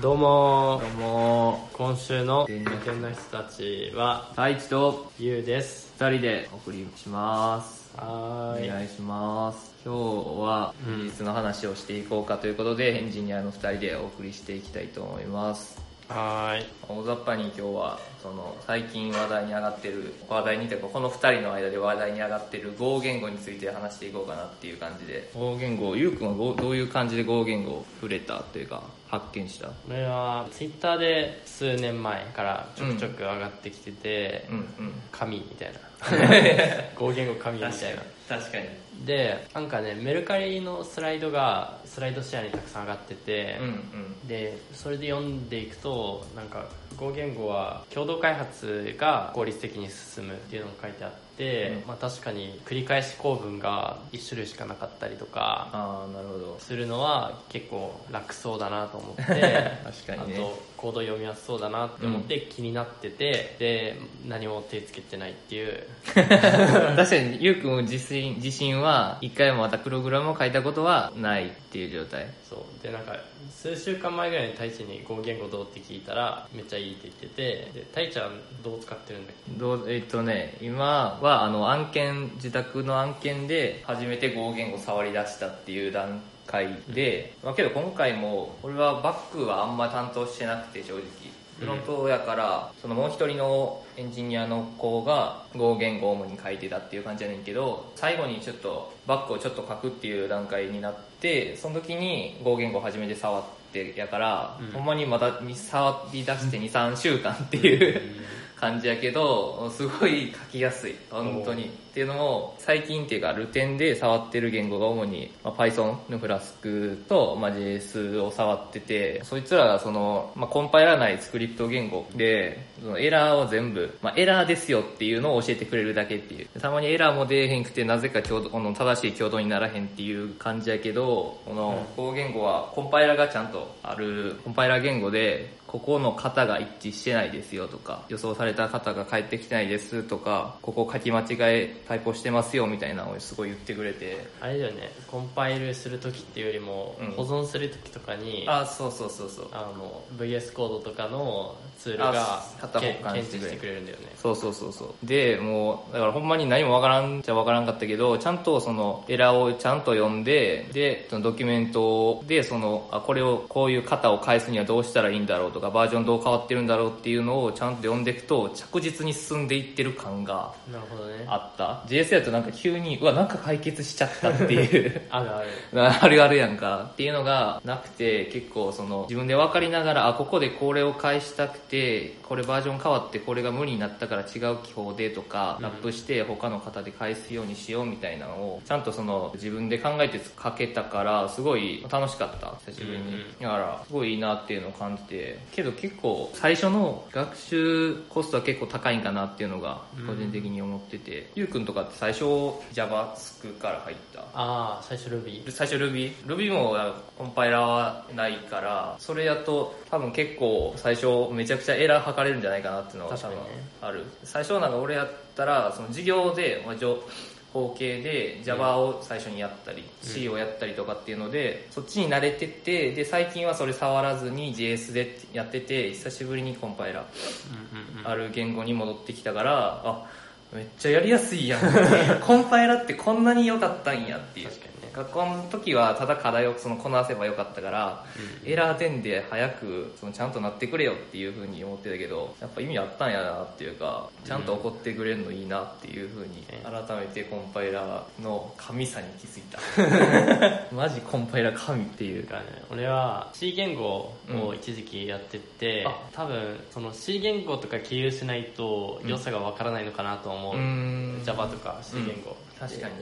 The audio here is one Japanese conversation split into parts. どうもどーうも今週の点点のの人たちはー太一とゆうです二人でお送りしますおはーい願いします今日はうん技術の話をしていこうかということで、エンジニアの二人でお送りしていきたいと思いますはーい大雑把に今日はその最近話題に上がってる話題にというかこの二人の間で話題に上がってる合言語について話していこうかなっていう感じで合言語ゆうくんはごどういう感じで合言語を触れたというか発見したこれはツイッターで数年前からちょくちょく上がってきてて、うんうん神みたいな 語言語神みたいな確かにでなんかねメルカリのスライドがスライドシェアにたくさん上がってて、うんうんでそれで読んでいくとなんか語言語は共同開発が効率的に進むっていうのが書いてあって、うんまあ、確かに繰り返し構文が1種類しかなかったりとかああなるほどするのは結構楽そうだなと思って 確かにねあとコード読みやすそうだなって思って気になってて、で何も手つけてないっていう 確かに、ゆうくん自身、自身は、一回もまたプログラムを書いたことはないっていう状態。そうでなんか数週間前ぐらいに太一に「語言語どう?」って聞いたらめっちゃいいって言っててで太一はどう使ってるんだっけどうえっとね、今は、あの、案件、自宅の案件で、初めて合言語触り出したっていう段階で、まあけど今回も、俺はバックはあんま担当してなくて、正直。フロントやから、そのもう一人のエンジニアの子が合言語を主に書いてたっていう感じやねんけど、最後にちょっとバックをちょっと書くっていう段階になって、その時に合言語を初めて触ってやから、うんほんまにまだに触り出して2、3週間っていう 感じやけど、すごい書きやすい、本当に。っていうのも、最近っていうか、ルテンで触ってる言語が主に、まあ、Python のフラスクと、まあ、JS を触ってて、そいつらがその、まあ、コンパイラーないスクリプト言語で、そのエラーを全部、まあ、エラーですよっていうのを教えてくれるだけっていう。たまにエラーも出えへんくて、なぜか共同この正しい共同にならへんっていう感じやけど、この語言語はコンパイラーがちゃんとある、コンパイラー言語で、ここの型が一致してないですよとか、予想された型が返ってきてないですとか、ここ書き間違え、タイプをしてますよみたいなのをすごい言ってくれて、あれだよねコンパイルする時っていうよりも、うん保存する時とかにああ、そうそうそうそう。の VS コードとかのツールがあ片方け管理検して知してくれるくれるんだよねそうそうそうそう。で、もう、だからほんまに何もわからんじゃわからんかったけど、ちゃんとそのエラーをちゃんと読んで、で、そのドキュメントで、その、あ、これを、こういう型を返すにはどうしたらいいんだろうとか、バージョンどう変わってるんだろうっていうのをちゃんと読んでいくと、着実に進んでいってる感がなるほどねああった。JS やとなんか急に、うわ、なんか解決しちゃったっていう。るあるあるあるやんかっていうのがなくて結構その自分で分かりながらあここでこれを返したくてこれバージョン変わってこれが無理になったから違う記法でとかラップして他の方で返すようにしようみたいなのをちゃんとその自分で考えて書けたからすごい楽しかった久しぶりうんうにんだからすごいいいなっていうのを感じてけど結構最初の学習コストは結構高いんかなっていうのが個人的に思ってて、ゆうくんとかって最初 Java スクから入ったああ最初 Ruby 最初 Ruby Ruby もコンパイラーはないからそれやと多分結構最初めちゃくちゃエラー測れるんじゃないかなっていうのは確多かに分ねある、最初なんか俺やったらその授業で、まあ、情方形で Java を最初にやったり、C をやったりとかっていうのでそっちに慣れててで最近はそれ触らずに JS でやってて久しぶりにコンパイラーある言語に戻ってきたからあめっちゃやりやすいやん コンパイラってこんなに良かったんやっていう確かにね学校の時はただ課題をそのこなせばよかったから、エラー点で早くそのちゃんとなってくれよっていうふうに思ってたけどやっぱ意味あったんやなっていうかちゃんと怒ってくれるのいいなっていうふうに改めてコンパイラーの神さに気づいた マジコンパイラー神っていうだからね俺は C 言語を一時期やってて、うんあ多分その C 言語とか経由しないと良さがわからないのかなと思う、うーん Java とか C 言語、確かに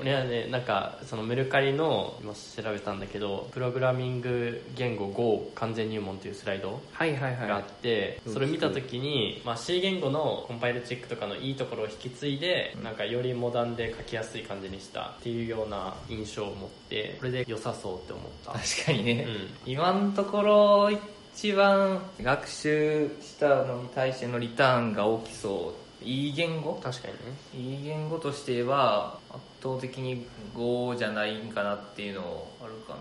俺はねなんかそのメルカリの今調べたんだけどプログラミング言語 Go 完全入門というスライドはいはいはいがあって、はいそれ見た時に、まあ、C 言語のコンパイルチェックとかのいいところを引き継いで、なんかよりモダンで書きやすい感じにしたっていうような印象を持ってこれで良さそうって思った確かにね、う今のところ一番学習したのに対してのリターンが大きそういい言語確かにねいい言語としてはあ倒的に5じゃないんかなっていうのあるかな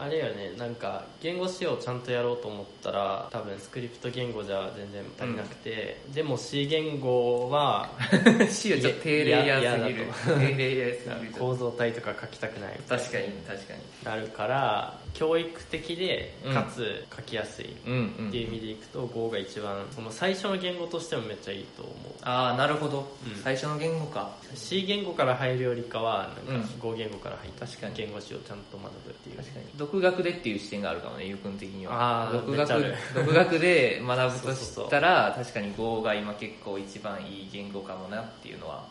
あれよねなんか言語仕様ちゃんとやろうと思ったら多分スクリプト言語じゃ全然足りなくて、でも C 言語は C はちょっと低レイヤーすぎるいや低レイヤー すぎる構造体とか書きたくないみたい確かに確かにななるから教育的でうんかつ書きやすいうんうんっていう意味でいくと Go が一番その最初の言語としてもめっちゃいいと思うああなるほど、うん最初の言語か C 言語から入るよりかはなんかう5言語から入った確かに言語詞をちゃんと学ぶっていう確かに独学でっていう視点があるかもねゆうくん的にはあー独めっ学ちゃある独学で学ぶそとうそう そうしたら確かに Go が今結構一番いい言語かもなっていうのは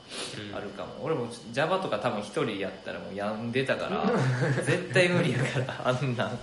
うんあるかも、俺も Java とか多分一人でやったらもうやんでたから絶対無理やからあんなん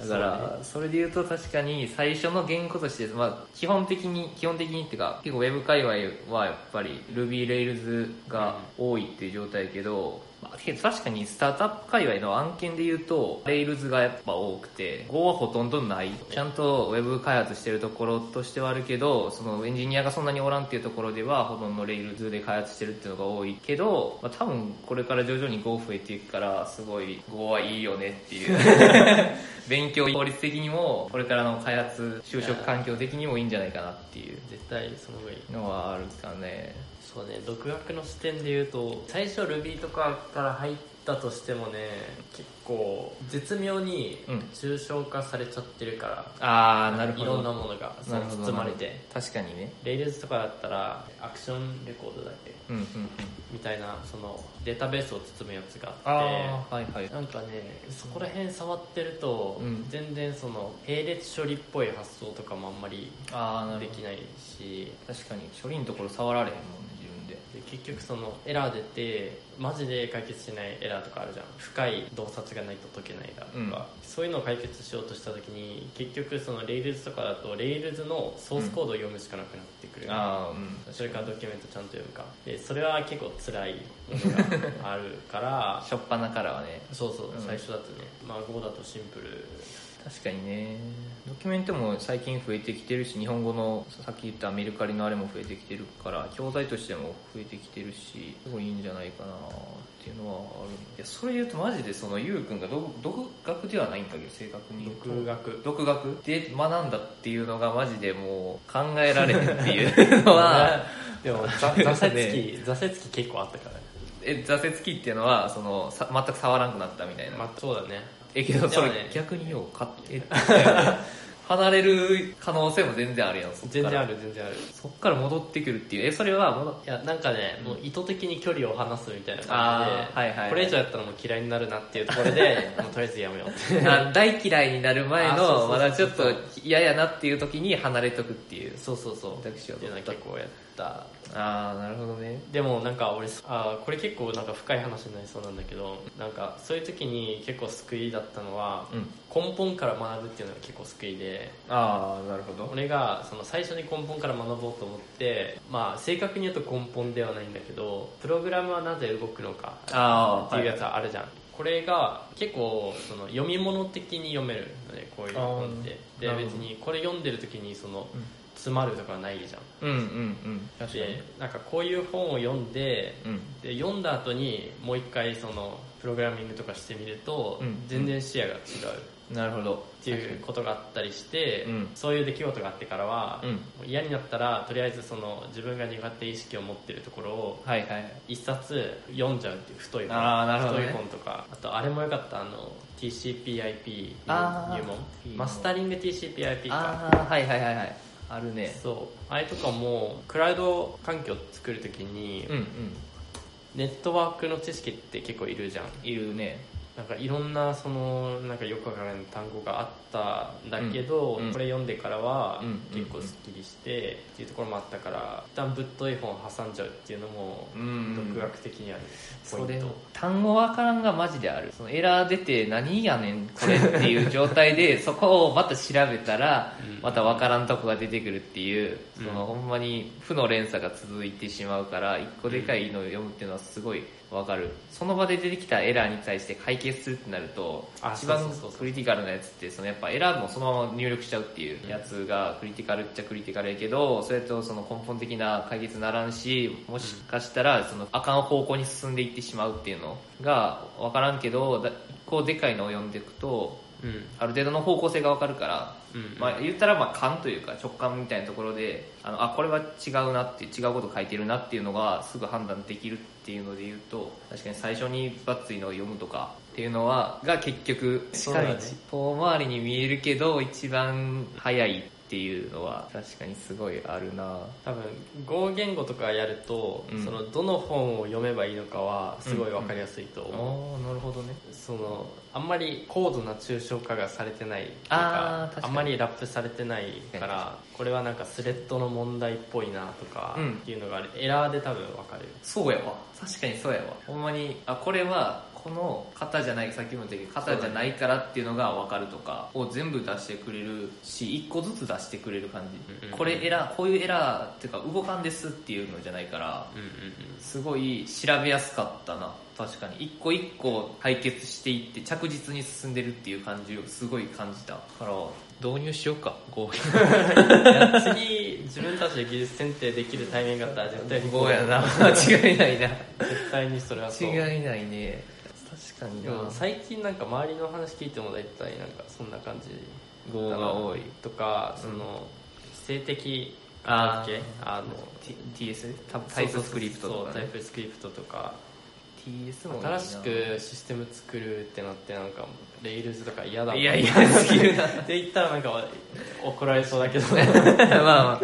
だからそれで言うと確かに最初の言語として、まあ、基本的に基本的にっていうか結構 Web 界隈はやっぱり RubyRails が多いっていう状態やけど、まあ、けど確かにスタートアップ界隈の案件で言うと Rails がやっぱ多くて Go はほとんどないちゃんと Web 開発してるところとしてはあるけどそのエンジニアがそんなにおらんっていうところではほとんど Rails で開発してるっていうのが多いけど、まあ、多分これから徐々に Go 増えていくからすごい Go はいいよねっていう勉強効率的にもこれからの開発就職環境的にもいいんじゃないかなっていう絶対その方がいいのはあるかねそうね独学の視点で言うと最初 Ruby とかから入ったとしてもね結構絶妙にうん抽象化されちゃってるから、ああなるほいどろんなものがそうなるほど包まれて確かにね Rails とかだったらアクションレコードだっけうんうんうんみたいなそのデータベースを包むやつがあっああはいはいてなんかねそこら辺触ってると、うん全然その並列処理っぽい発想とかもあんまりああなるでほきないしど確かに処理のところ触られへんもんね自分でで結局そのエラー出てマジで解決しないエラーとかあるじゃん深い洞察がないと解けないだとか、うんそういうのを解決しようとした時に結局そのレイルズとかだとレイルズのソースコードを読むしかなくなってくる、ああうんそれからドキュメントちゃんと読むかでそれは結構辛いものがあるから初っ端からはねそうそう、うん最初だとねまあ Go だとシンプル確かにねドキュメントも最近増えてきてるし日本語のさっき言ったメルカリのあれも増えてきてるから教材としても増えてきてるしすごいいいんじゃないかなっていうのはあるいやそれ言うとマジでそのゆうくんが独独学ではないんだけど正確に言うと独学独学で学んだっていうのがマジでもう考えられへんっていうのはでも ざ挫折期挫折期結構あったからね、え挫折期っていうのはそのさ全く触らなくなったみたいな、まあ、そうだねえけどそれでもね逆によう買って 離れる可能性も全然あるやんそっ全から然ある全然あるそっから戻ってくるっていう えそれは戻いやなんかね、もう意図的に距離を離すみたいな感あじで、ーはいはいはいこれ以上やったらもう嫌いになるなっていうところでもうとりあえずやめようってあ大嫌いになる前あそうそうそのうまだちょっと嫌やなっていう時に離れとくっていうそうそうそう選択肢をっていうのは結構やったああなるほどねでもなんか俺あーこれ結構なんか深い話になりそうなんだけどなんかそういう時に結構救いだったのは、うん根本から学ぶっていうのが結構救いでああなるほど俺がその最初に根本から学ぼうと思ってまあ正確に言うと根本ではないんだけどプログラムはなぜ動くのかあっあていうやつつあるじゃん、これが結構その読み物的に読めるのでこういう本ってあーでなるほど別にこれ読んでる時にそのうん詰まるとかはないじゃんうんうんうん確かにでなんかこういう本を読んでうんで読んだ後にもう一回そのプログラミングとかしてみると、うん全然視野が違うっなるほどていうことがあったりして、うんそういう出来事があってからは、うんもう嫌になったらとりあえずその自分が苦手意識を持ってるところをはいはい一冊読んじゃうっていう太い本あーなるほどね太い本とかあとあれもよかったあの TCPIP あー入門いいねマスタリング TCPIP かああはいはいはいはいあるねそうあれとかもクラウド環境作るときに、うんうんネットワークの知識って結構いるじゃんいるねなんかいろんなそのなんかよくわからない単語があったんだけど、うんうんこれ読んでからはうん結構すっきりしてっていうところもあったから一旦ぶっとい本挟んじゃうっていうのもうん独学的にあるポイそント、れ単語わからんがマジであるそのエラー出て何やねんこれっていう状 態でそこをまた調べたらうんまたわからんとこが出てくるっていうそのうんほんまに負の連鎖が続いてしまうから一個でかいのを読むっていうのはすごいわかるその場で出てきたエラーに対して解決するってなるとあ一番そうそうそうそうクリティカルなやつってそのやっぱエラーもそのまま入力しちゃうっていうやつがクリティカルっちゃクリティカルやけどそれとその根本的な解決ならんしもしかしたらそのあかん方向に進んでいってしまうっていうのが分からんけどだ一個でかいのを読んでいくとうんある程度の方向性が分かるからうんまあ、言ったらまあ勘というか直感みたいなところであのあこれは違うなって違うこと書いてるなっていうのがすぐ判断できるっていうので言うと確かに最初にバツイのを読むとかっていうのはが結局そうだね近道遠回りに見えるけど一番早いっていうのは確かにすごいあるな多分語言語とかやると、うんそのどの本を読めばいいのかはすごい分かりやすいとああ思う、なるほどねそのあんまり高度な抽象化がされてないというあー確かにあんまりラップされてないからこれはなんかスレッドの問題っぽいなとかうんっていうのがある、エラーで多分分かるそうやわ確かにそうやわほんまにあこれはこの型じゃないさっきも言ったけど型じゃないからっていうのが分かるとかを全部出してくれるし一個ずつ出してくれる感うんじ、うんうんこれエラーこういうエラーっていうか動かんですっていうのじゃないからうんうんすごい調べやすかったな確かに一個一個解決していって着実に進んでるっていう感じをすごい感じたから導入しようかこういや次自分たちで技術選定できるタイミングがあったら絶対にこうや な間違いないな絶対にそれはそう違いないね確かにでなも最近なんか周りの話聞いても大体なんかそんな感じ語が多いとかその性的関係あの T- TS? タタイプスクリプトとかそうタイねプスクリプトとか TS もいいな新しくシステム作るってなってなんかレイルズとか嫌だいやいやすぎるなって言ったらなんか怒られそうだけどまあま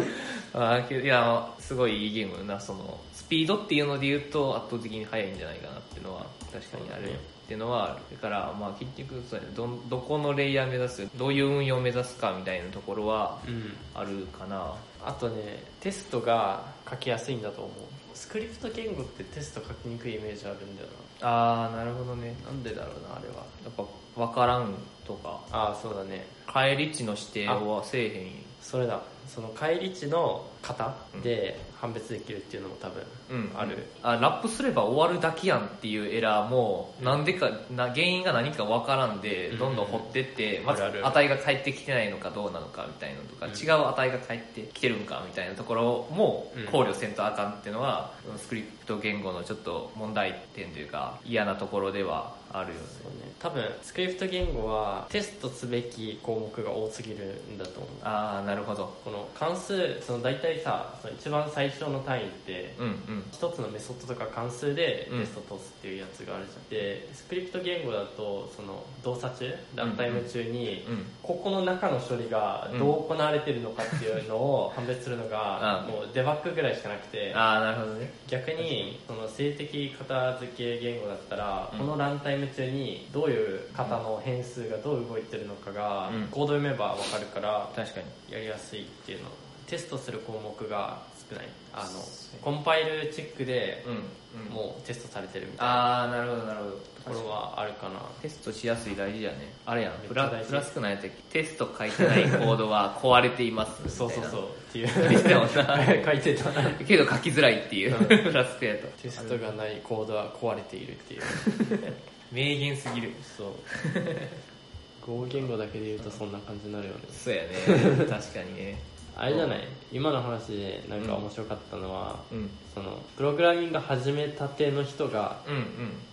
あまあけどいやすごいいいゲームだなそのスピードっていうので言うと圧倒的に速いんじゃないかなっていうのは確かにあるよっていうのはあるだからまあ結局そうやねどんどこのレイヤー目指すどういう運用を目指すかみたいなところはうんあるかなあとねテストが書きやすいんだと思うスクリプト言語ってテスト書きにくいイメージあるんだよああなるほどねななんでだろうなあれはやっぱ分からんとかああそうだね返り値の指定はせえへんそれだその返り値の型で判別できるっていうのも多分うん、ある、あラップすれば終わるだけやんっていうエラーもなんでかな原因が何か分からんでうんどんどん掘ってって、うんまずあるある値が返ってきてないのかどうなのかみたいなのとか、うん違う値が返ってきてるんかみたいなところもうん考慮せんとあかんっていうのは、スクリプト言語のちょっと問題点というか嫌なところではあるよねそうね多分スクリプト言語はテストすべき項目が多すぎるんだと思うああなるほどこの関数その大体さその一番最小の単位ってうんうん一つのメソッドとか関数でうんテスト通すっていうやつがあるじゃん、でスクリプト言語だとその動作中ランタイム中に、うんここの中の処理がどう行われてるのかっていうのを判別するの が、うんもうデバッグぐらいしかなくてああなるほどね逆にその性的型付け言語だったら、うんこのランタイム中にどういう型の変数がどう動いてるのかが、うんコード読めば分かるから確かにやりやすいっていうのテストする項目が少ないあのそうコンパイルチェックでうん、うん、もうテストされてるみたいなああなるほどなるほどところはあるかなテストしやすい大事やねあれやんめっちゃプラ大事プラスくないやつやっけテスト書いてないコードは壊れていますみたいそうなそうそうっていう書いてたもん な書いてたけど書きづらいっていう、うんプラスくやとテストがないコードは壊れているっていう名言すぎるそう語言語だけで言うとそんな感じになるよねそ うやね確かにねあれじゃない今の話でなんか面白かったのは、うんうんそのプログラミング始めたての人がうん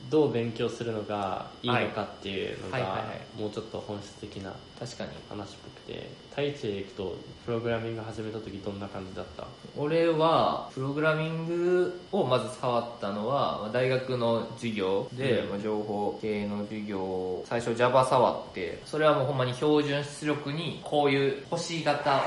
どう勉強するのがいいのかっていうのはいはいはがいはもうちょっと本質的な確かに話っぽくて太一でいくとプログラミング始めた時どんな感じだった俺はプログラミングをまず触ったのはまあ大学の授業で、うんまあ情報系の授業を最初 Java 触ってそれはもうほんまに標準出力にこういう星型を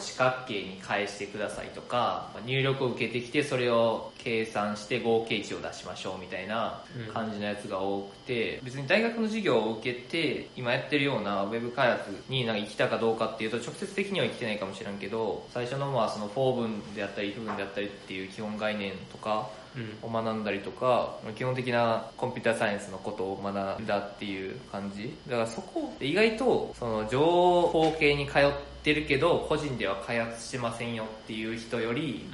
四角形に返してくださいとかまあ入力を受けてきてそれを計算して合計値を出しましょうみたいな感じのやつが多くて別に大学の授業を受けて今やってるようなウェブ開発になんか生きたかどうかっていうと直接的には生きてないかもしれんけど最初のまあその for 文であったり if 文であったりっていう基本概念とかうんを学んだりとか基本的なコンピューターサイエンスのことを学んだっていう感じだからそこ意外とその情報系に通ってるけど個人では開発してませんよっていう人より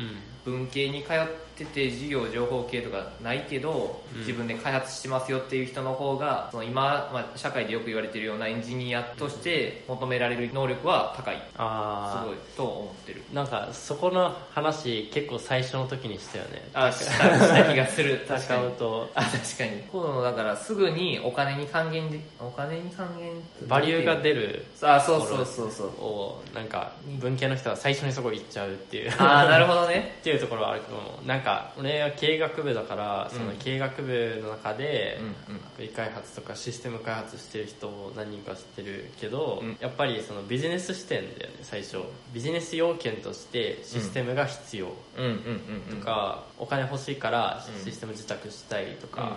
文系に通ってて授業情報系とかないけどうん自分で開発してますよっていう人の方がその今、まあ、社会でよく言われてるようなエンジニアとして求められる能力は高いすあごいと思ってるあなんかそこの話結構最初の時にしたよねあしたした気がする確か高に尾とあ確かにこのだからすぐにお金に還元でお金に還元バリューが出るあそうそうそうそう をなんか文系の人は最初にそこ行っちゃうっていうああなるほどねっていうところはあると思うなんか俺は経営学部だからうんその経営学部の中でうんうんアプリ開発とかシステム開発してる人を何人か知ってるけど、うんやっぱりそのビジネス視点だよね最初ビジネス要件としてシステムが必要うんうんうんとか、お金欲しいからうんシステム自宅したいとうんうんか、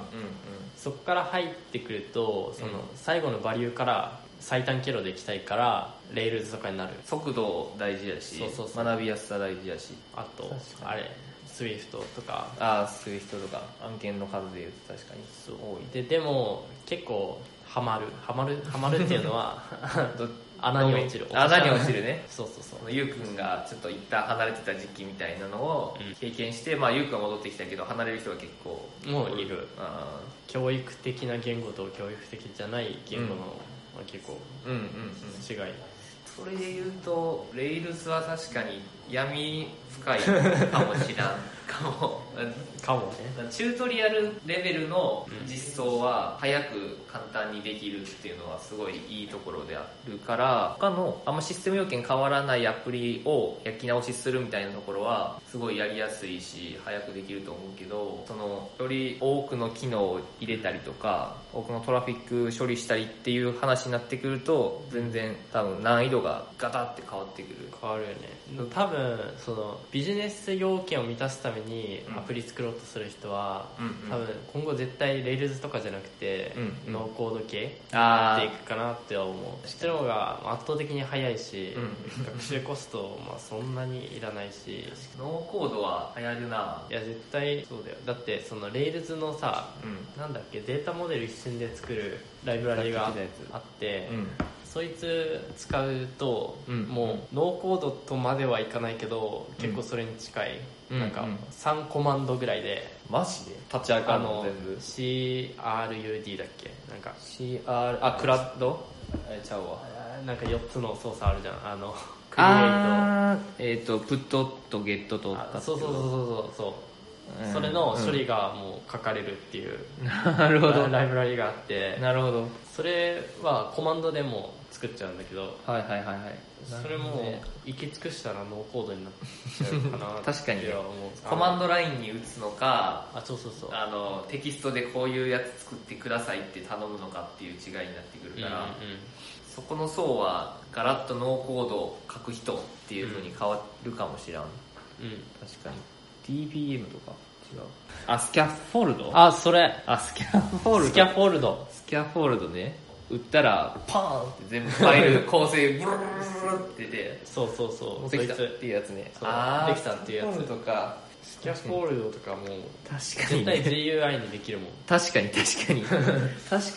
そこから入ってくるとそのうん最後のバリューから最短経路で行きたいからレールズとかになる速度大事やしそうそうそう学びやすさ大事やしあと確かにあれスイフトとかああそういう人とか案件の数でいうと確かに多でいでも結構ハマるハマるハマるっていうの は ど穴に落ちる穴に落ちるね そうそうそうゆうくんがちょっと一旦離れてた時期みたいなのをうん経験して、まあゆうくんは戻ってきたけど離れる人が結構もういるああ教育的な言語と教育的じゃない言語の、うんまあ結構うんうんうん違いそれで言うとレイルズは確かに闇深いかもしらんか もかもねチュートリアルレベルの実装は早く簡単にできるっていうのはすごいいいところであるから他のあんまシステム要件変わらないアプリを焼き直しするみたいなところはすごいやりやすいし早くできると思うけどそのより多くの機能を入れたりとか多くのトラフィック処理したりっていう話になってくると全然多分難易度がガタって変わってくる変わるよね多分そのビジネス要件を満たすためにうんアプリ作ろうとする人は、うんうん多分今後絶対レールズとかじゃなくて、うんうんノーコード系あっーていくかなっては思うそっちの方が圧倒的に早いし、うん学習コストまあそんなにいらないしノーコードは流行るないや絶対そうだよだってそのレールズのさうんなんだっけデータモデル一瞬で作るライブラリがあって、うんそいつ使うと、うんもうノーコードとまではいかないけど、結構それに近い、うんなんかうん3コマンドぐらいで、マジで立ち上があるのの全部 CRUD だっけなんか CR あクラッドえちゃうわあーなんか4つの操作あるじゃんあのクリエイあーえっ、とプットとゲットとトあそうそうそうそうそうそうそれの処理がもう書かれるっていう、 なるほどライブラリがあってなるほどそれはコマンドでも作っちゃうんだけどはいはいはいはいそれも行き尽くしたらノーコードになっちゃうかな 確かにねっては思うコマンドラインに打つのかあそうそうそうあのテキストでこういうやつ作ってくださいって頼むのかっていう違いになってくるから、うんうんうんそこの層はガラッとノーコードを書く人っていう風に変わるかもしれうん、ん確かに DBM とか違うあスキャフォルドあそれあスキャフォルドスキャフォールドスキャフォールドね売ったらパーンって全部ファイル構成ブルルルルルって出てそうそうそうそでいきたっつていうやつねそうーできたっていうやつスキャフォールドかスキャフォールドとかもう確絶対 GUI にできるもんっ確かに確かに確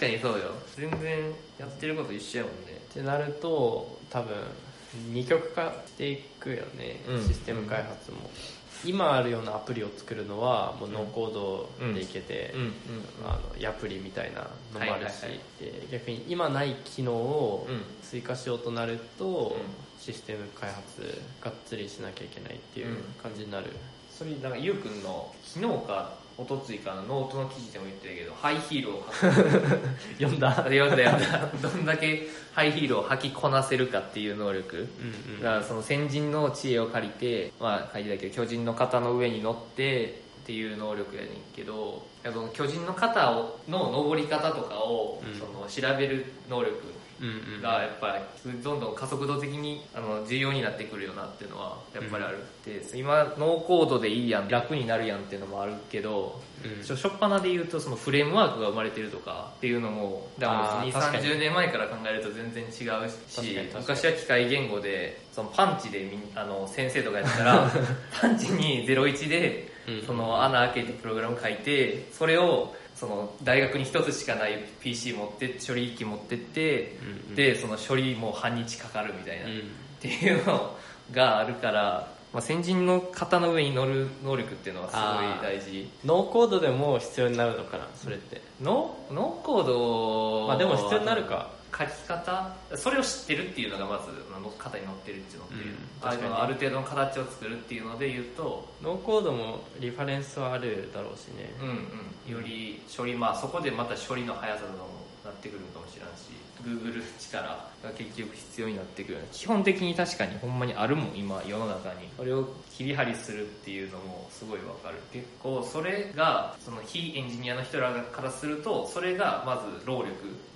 かにそうよ全然やってること一緒やもんねてなると多分二極化していくよね、うんシステム開発も今あるようなアプリを作るのはもうノーコードでいけて、んうんあのヤプリみたいなのもあるし、はいはいで逆に今ない機能をうん追加しようとなると、うんシステム開発がっつりしなきゃいけないっていう感じになる、それなんかゆうくんの昨日か一昨日かのノートの記事でも言ってたけどハイヒールを履く読んだあれ読んだよどんだけハイヒールを履きこなせるかっていう能力うんうんだからその先人の知恵を借りて、まあ、書いてたけど巨人の肩の上に乗ってっていう能力やねんけどその巨人の肩をの登り方とかを、うんその調べる能力うんうんがやっぱりどんどん加速度的にあの重要になってくるよなっていうのはやっぱりあるって、今ノーコードでいいやん楽になるやんっていうのもあるけどうんしょしょっぱなで言うとそのフレームワークが生まれてるとかっていうのもだからあー2確か3に0年前から考えると全然違う確しかに確かに昔は機械言 語でそのパンチでみんあの先生とかやってたらパンチに01でうんその穴開けてプログラム書いてそれをその大学に一つしかない PC 持ってって処理機持ってって、うんうんでその処理も半日かかるみたいな、うっんていうのがあるから、まあ、先人の型の上に乗る能力っていうのはすごい大事ノーコードでも必要になるのかなそれってノノーコードまあでも必要になるか書き方それを知ってるっていうのがまずあの型に乗ってるっていうのっていうう、んあ確かにのある程度の形を作るっていうので言うとノーコードもリファレンスはあるだろうしねうんうん、より処理まあそこでまた処理の速さとかもなってくるかもしれんし Google 力が結局必要になってくるよね基本的に確かにほんまにあるもん今世の中にそれを切り張りするっていうのもすごいわかる結構それがその非エンジニアの人らからするとそれがまず労力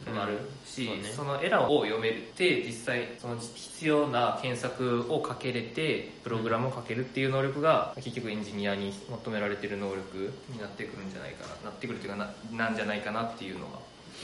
となるし、うんそうねそのエラーを読めるって実際その必要な検索をかけれてプログラムをかけるっていう能力が結局エンジニアに求められてる能力になってくるんじゃないかななってくるというかななんじゃないかなっていうのが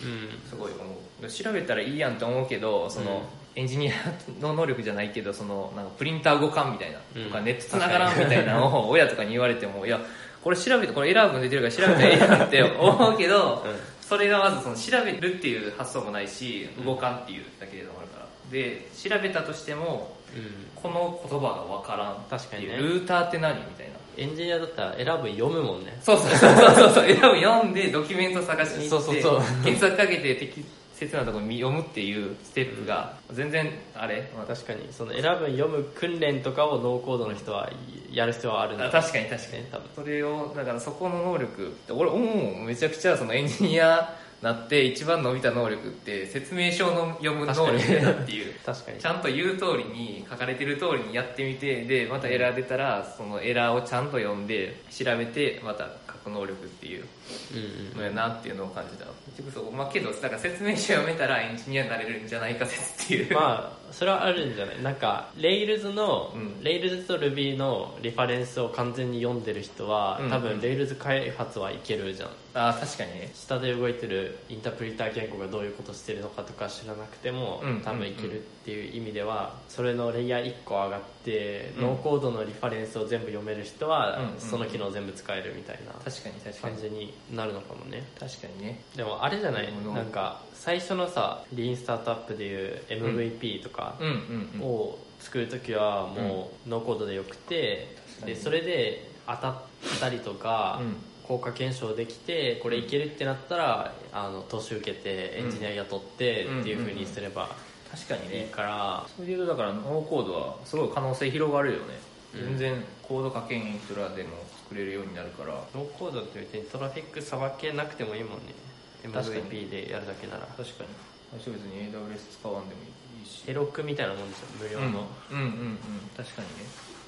うんすごい思う調べたらいいやんと思うけどその、エンジニアの能力じゃないけどそのなんかプリンター動かんみたいな、うんとかネット繋がらんみたいなのを親とかに言われてもいやこれ調べてこれエラーも出てるから調べたらええやんって 思うけど、うんそれがまずその調べるっていう発想もないし動かんっていうだけでもあるからで調べたとしてもうんこの言葉がわからんっていう確かにねルーターって何みたいなエンジニアだったら選ぶ読むもんねそうそうそうそうそう選ぶ読んでドキュメント探しに行ってそうそうそう検索かけて適切なところ読むっていうステップが全然あれ、まあ確かにその選ぶ読む訓練とかをノーコードの人はやる必要はあるんだあ確かに確かにね多分それをだからそこの能力って俺思うもんめちゃくちゃそのエンジニアなって一番伸びた能力って説明書の読む能力だなっていう確かにちゃんと言う通りに書かれてる通りにやってみてでまたエラー出たらそのエラーをちゃんと読んで調べてまた書く能力っていううんうんのやなっていうのを感じた結局そうまあけどだから説明書読めたらエンジニアになれるんじゃないか説って いう、まあそれはあるんじゃないなんか Rails の、うん Rails と Ruby のリファレンスを完全に読んでる人は、うん多分 Rails 開発はいけるじゃんあー確かにね下で動いてるインタープリター言語がどういうことしてるのかとか知らなくても、うん多分いけるっていう意味ではそれのレイヤー1個上がって、うんノーコードのリファレンスを全部読める人は、うんうんその機能全部使えるみたいな確かに確か感にじになるのかもね確かにねでもあれじゃないなるほどなんか最初のさリーンスタートアップでいう MVP とかうんうんうんを作る時はもうノーコードでよくて、かにでそれで当たったりとか、うん効果検証できてこれいけるってなったらあの投資受けてエンジニア雇ってうんっていう風にすれば確かにいいねから、それで言うとだからノーコードはすごい可能性広がるよね、うん全然コード書けんインフラでも作れるようになるからノーコードって別にトラフィックさばけなくてもいいもんね確かに MVP でやるだけなら確かに私別に AWS 使わんでもいいしヘロクみたいなもんですよ無料うんうんの、うんうん確かにね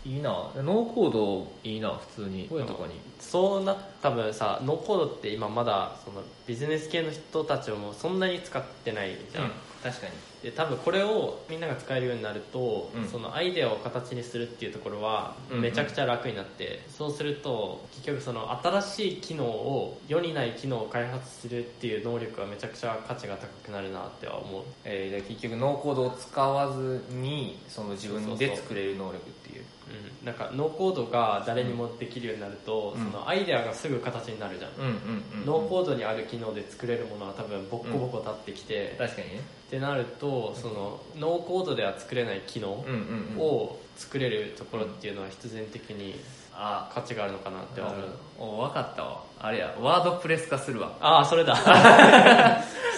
いいなノーコードいいな普通に声とかにそうな多分さノーコードって今まだそのビジネス系の人たちもそんなに使ってないじゃん、確かにで多分これをみんなが使えるようになると、うんそのアイデアを形にするっていうところはうんうんめちゃくちゃ楽になって、そうすると結局その新しい機能を世にない機能を開発するっていう能力はめちゃくちゃ価値が高くなるなっては思うえー、じゃあ結局ノーコードを使わずにその自分で作れる能力っていううん、なんかノーコードが誰にもできるようになると、うんそのアイデアがすぐ形になるじゃん、うんうんうんノーコードにある機能で作れるものは多分ボッコボコ立ってきて、っ確かにねてなるとそのノーコードでは作れない機能うんうん、うん、を作れるところっていうのは必然的にあ価値があるのかなってでも思うお分かったわあれやワードプレス化するわああそれ だ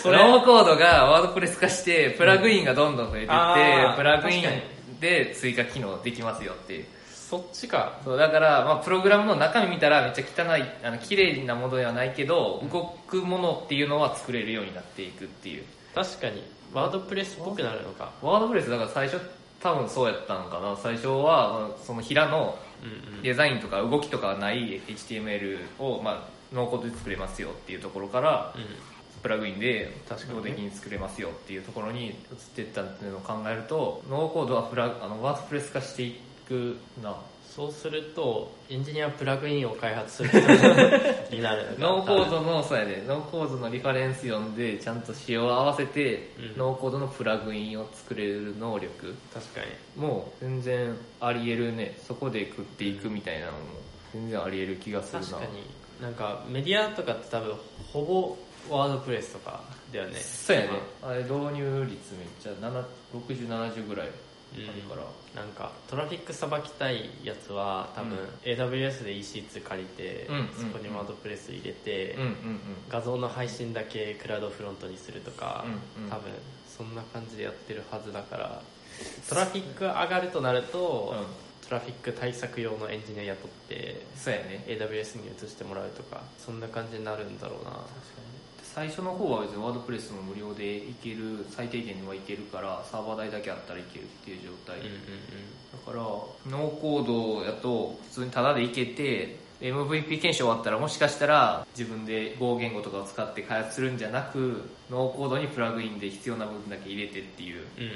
それノーコードがワードプレス化してプラグインがどんどん増えてって、あープラグイン確かで追加機能できますよっていうそっちかそうだから、まあ、プログラムの中身見たらめっちゃ汚いあの綺麗なものではないけど動くものっていうのは作れるようになっていくっていう確かにワードプレスっぽくなるのかワードプレスだから最初多分そうやったのかな最初はまあその平のうんうんデザインとか動きとかはない HTML を、まあ、ノーコードで作れますよっていうところからうプラグインで確か自に動ね的に作れますよっていうところに移っていったっていうのを考えるとノーコードはプラあのワードプレス化していくなそうするとエンジニアはプラグインを開発する人になるのノーかコードのそうやでノーコードのリファレンス読んでちゃんと仕様を合わせて、うんノーコードのプラグインを作れる能力確かにもう全然ありえるねそこで食っていくみたいなのも全然ありえる気がするな確かになんかメディアとかって多分ほぼワードプレスとかだよねそうやねあれ導入率めっちゃ6070ぐらいあるから、なんかトラフィックさばきたいやつは多分うん AWS で EC2 借りて、うんそこにワードプレス入れて、うんうん画像の配信だけクラウドフロントにするとか、うんうん多分そんな感じでやってるはずだからトラフィック上がるとなると、うん、うん、トラフィック対策用のエンジニア雇ってそうやね AWS に移してもらうとかそんな感じになるんだろうな最初の方は別にワードプレスも無料でいける最低限にはいけるからサーバー代だけあったらいけるっていう状態、うんうんだうんからノーコードやと普通にタダでいけて MVP 検証終わったらもしかしたら自分で Go 言語とかを使って開発するんじゃなくノーコードにプラグインで必要な部分だけ入れてっていううんうん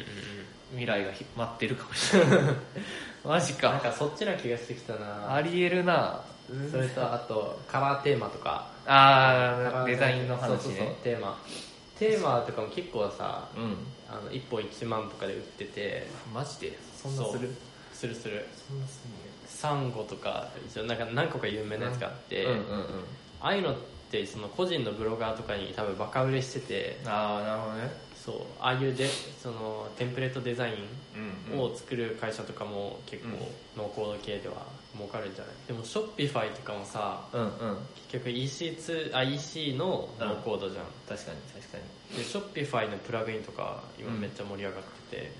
未来がひ待ってるかもしれない マジうんなんかかそっちな気がしてきたなありえるなそれとあとカラーテーマとかあーデザインの話ねそうそうそうテーマテーマとかも結構さうんあの1本1万とかで売っててマジでそんなするするするそんなすんねサンゴとか一応なんか何個か有名なやつがあって、うんうんうんああいうのってその個人のブロガーとかに多分バカ売れしててああなるほどねそうああいうでそのテンプレートデザインうんうんを作る会社とかも結構うんノーコード系では儲かるんじゃないでもショッピファイとかもさうんうん結局 EC2 あ EC のノーコードじゃん、確かに確かにでショッピファイのプラグインとか今うんめっちゃ盛り上がってて、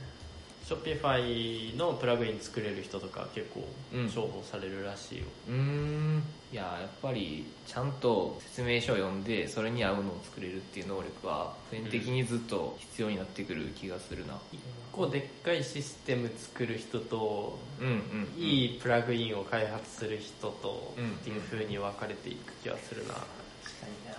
ショッピファイのプラグイン作れる人とか結構うん重宝されるらしいよ、うーんいややっぱりちゃんと説明書を読んでそれに合うのを作れるっていう能力は普遍的にずっと必要になってくる気がするな一個でっかいシステム作る人とうんうんうんいいプラグインを開発する人とうっんていう風に分かれていく気はするな、確かにな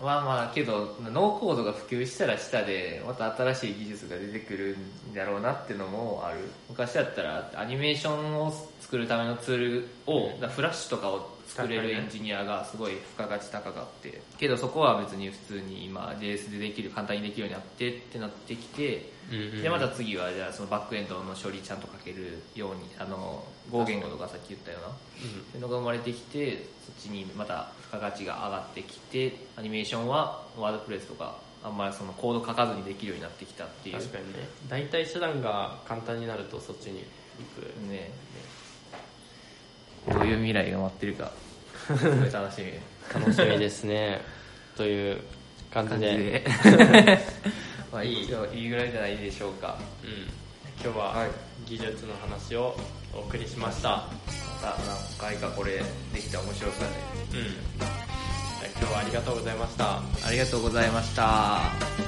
まあまあけどノーコードが普及したらしたでまた新しい技術が出てくるんだろうなってのもある昔だったらアニメーションを作るためのツールを、うんだフラッシュとかを作れるエンジニアがすごい付加価値高かってけどそこは別に普通に今 JS でできる簡単にできるようになってってなってきてでまた次はじゃあそのバックエンドの処理ちゃんとかけるようにあの語言語とかさっき言ったようなっていうのが生まれてきてそっちにまた付加価値が上がってきてアニメーションはワードプレスとかあんまりそのコード書かずにできるようになってきたっていう確かにね代替手段が簡単になるとそっちに行く、ねどういう未来が待ってるかすごい楽しみ楽しみですねという感じ感じでで まあいいいいいいぐらいじゃないでしょうかうん、今日ははい技術の話をお送りしました、また何回かこれできたら面白さでうん、じゃあ今日はありがとうございましたありがとうございました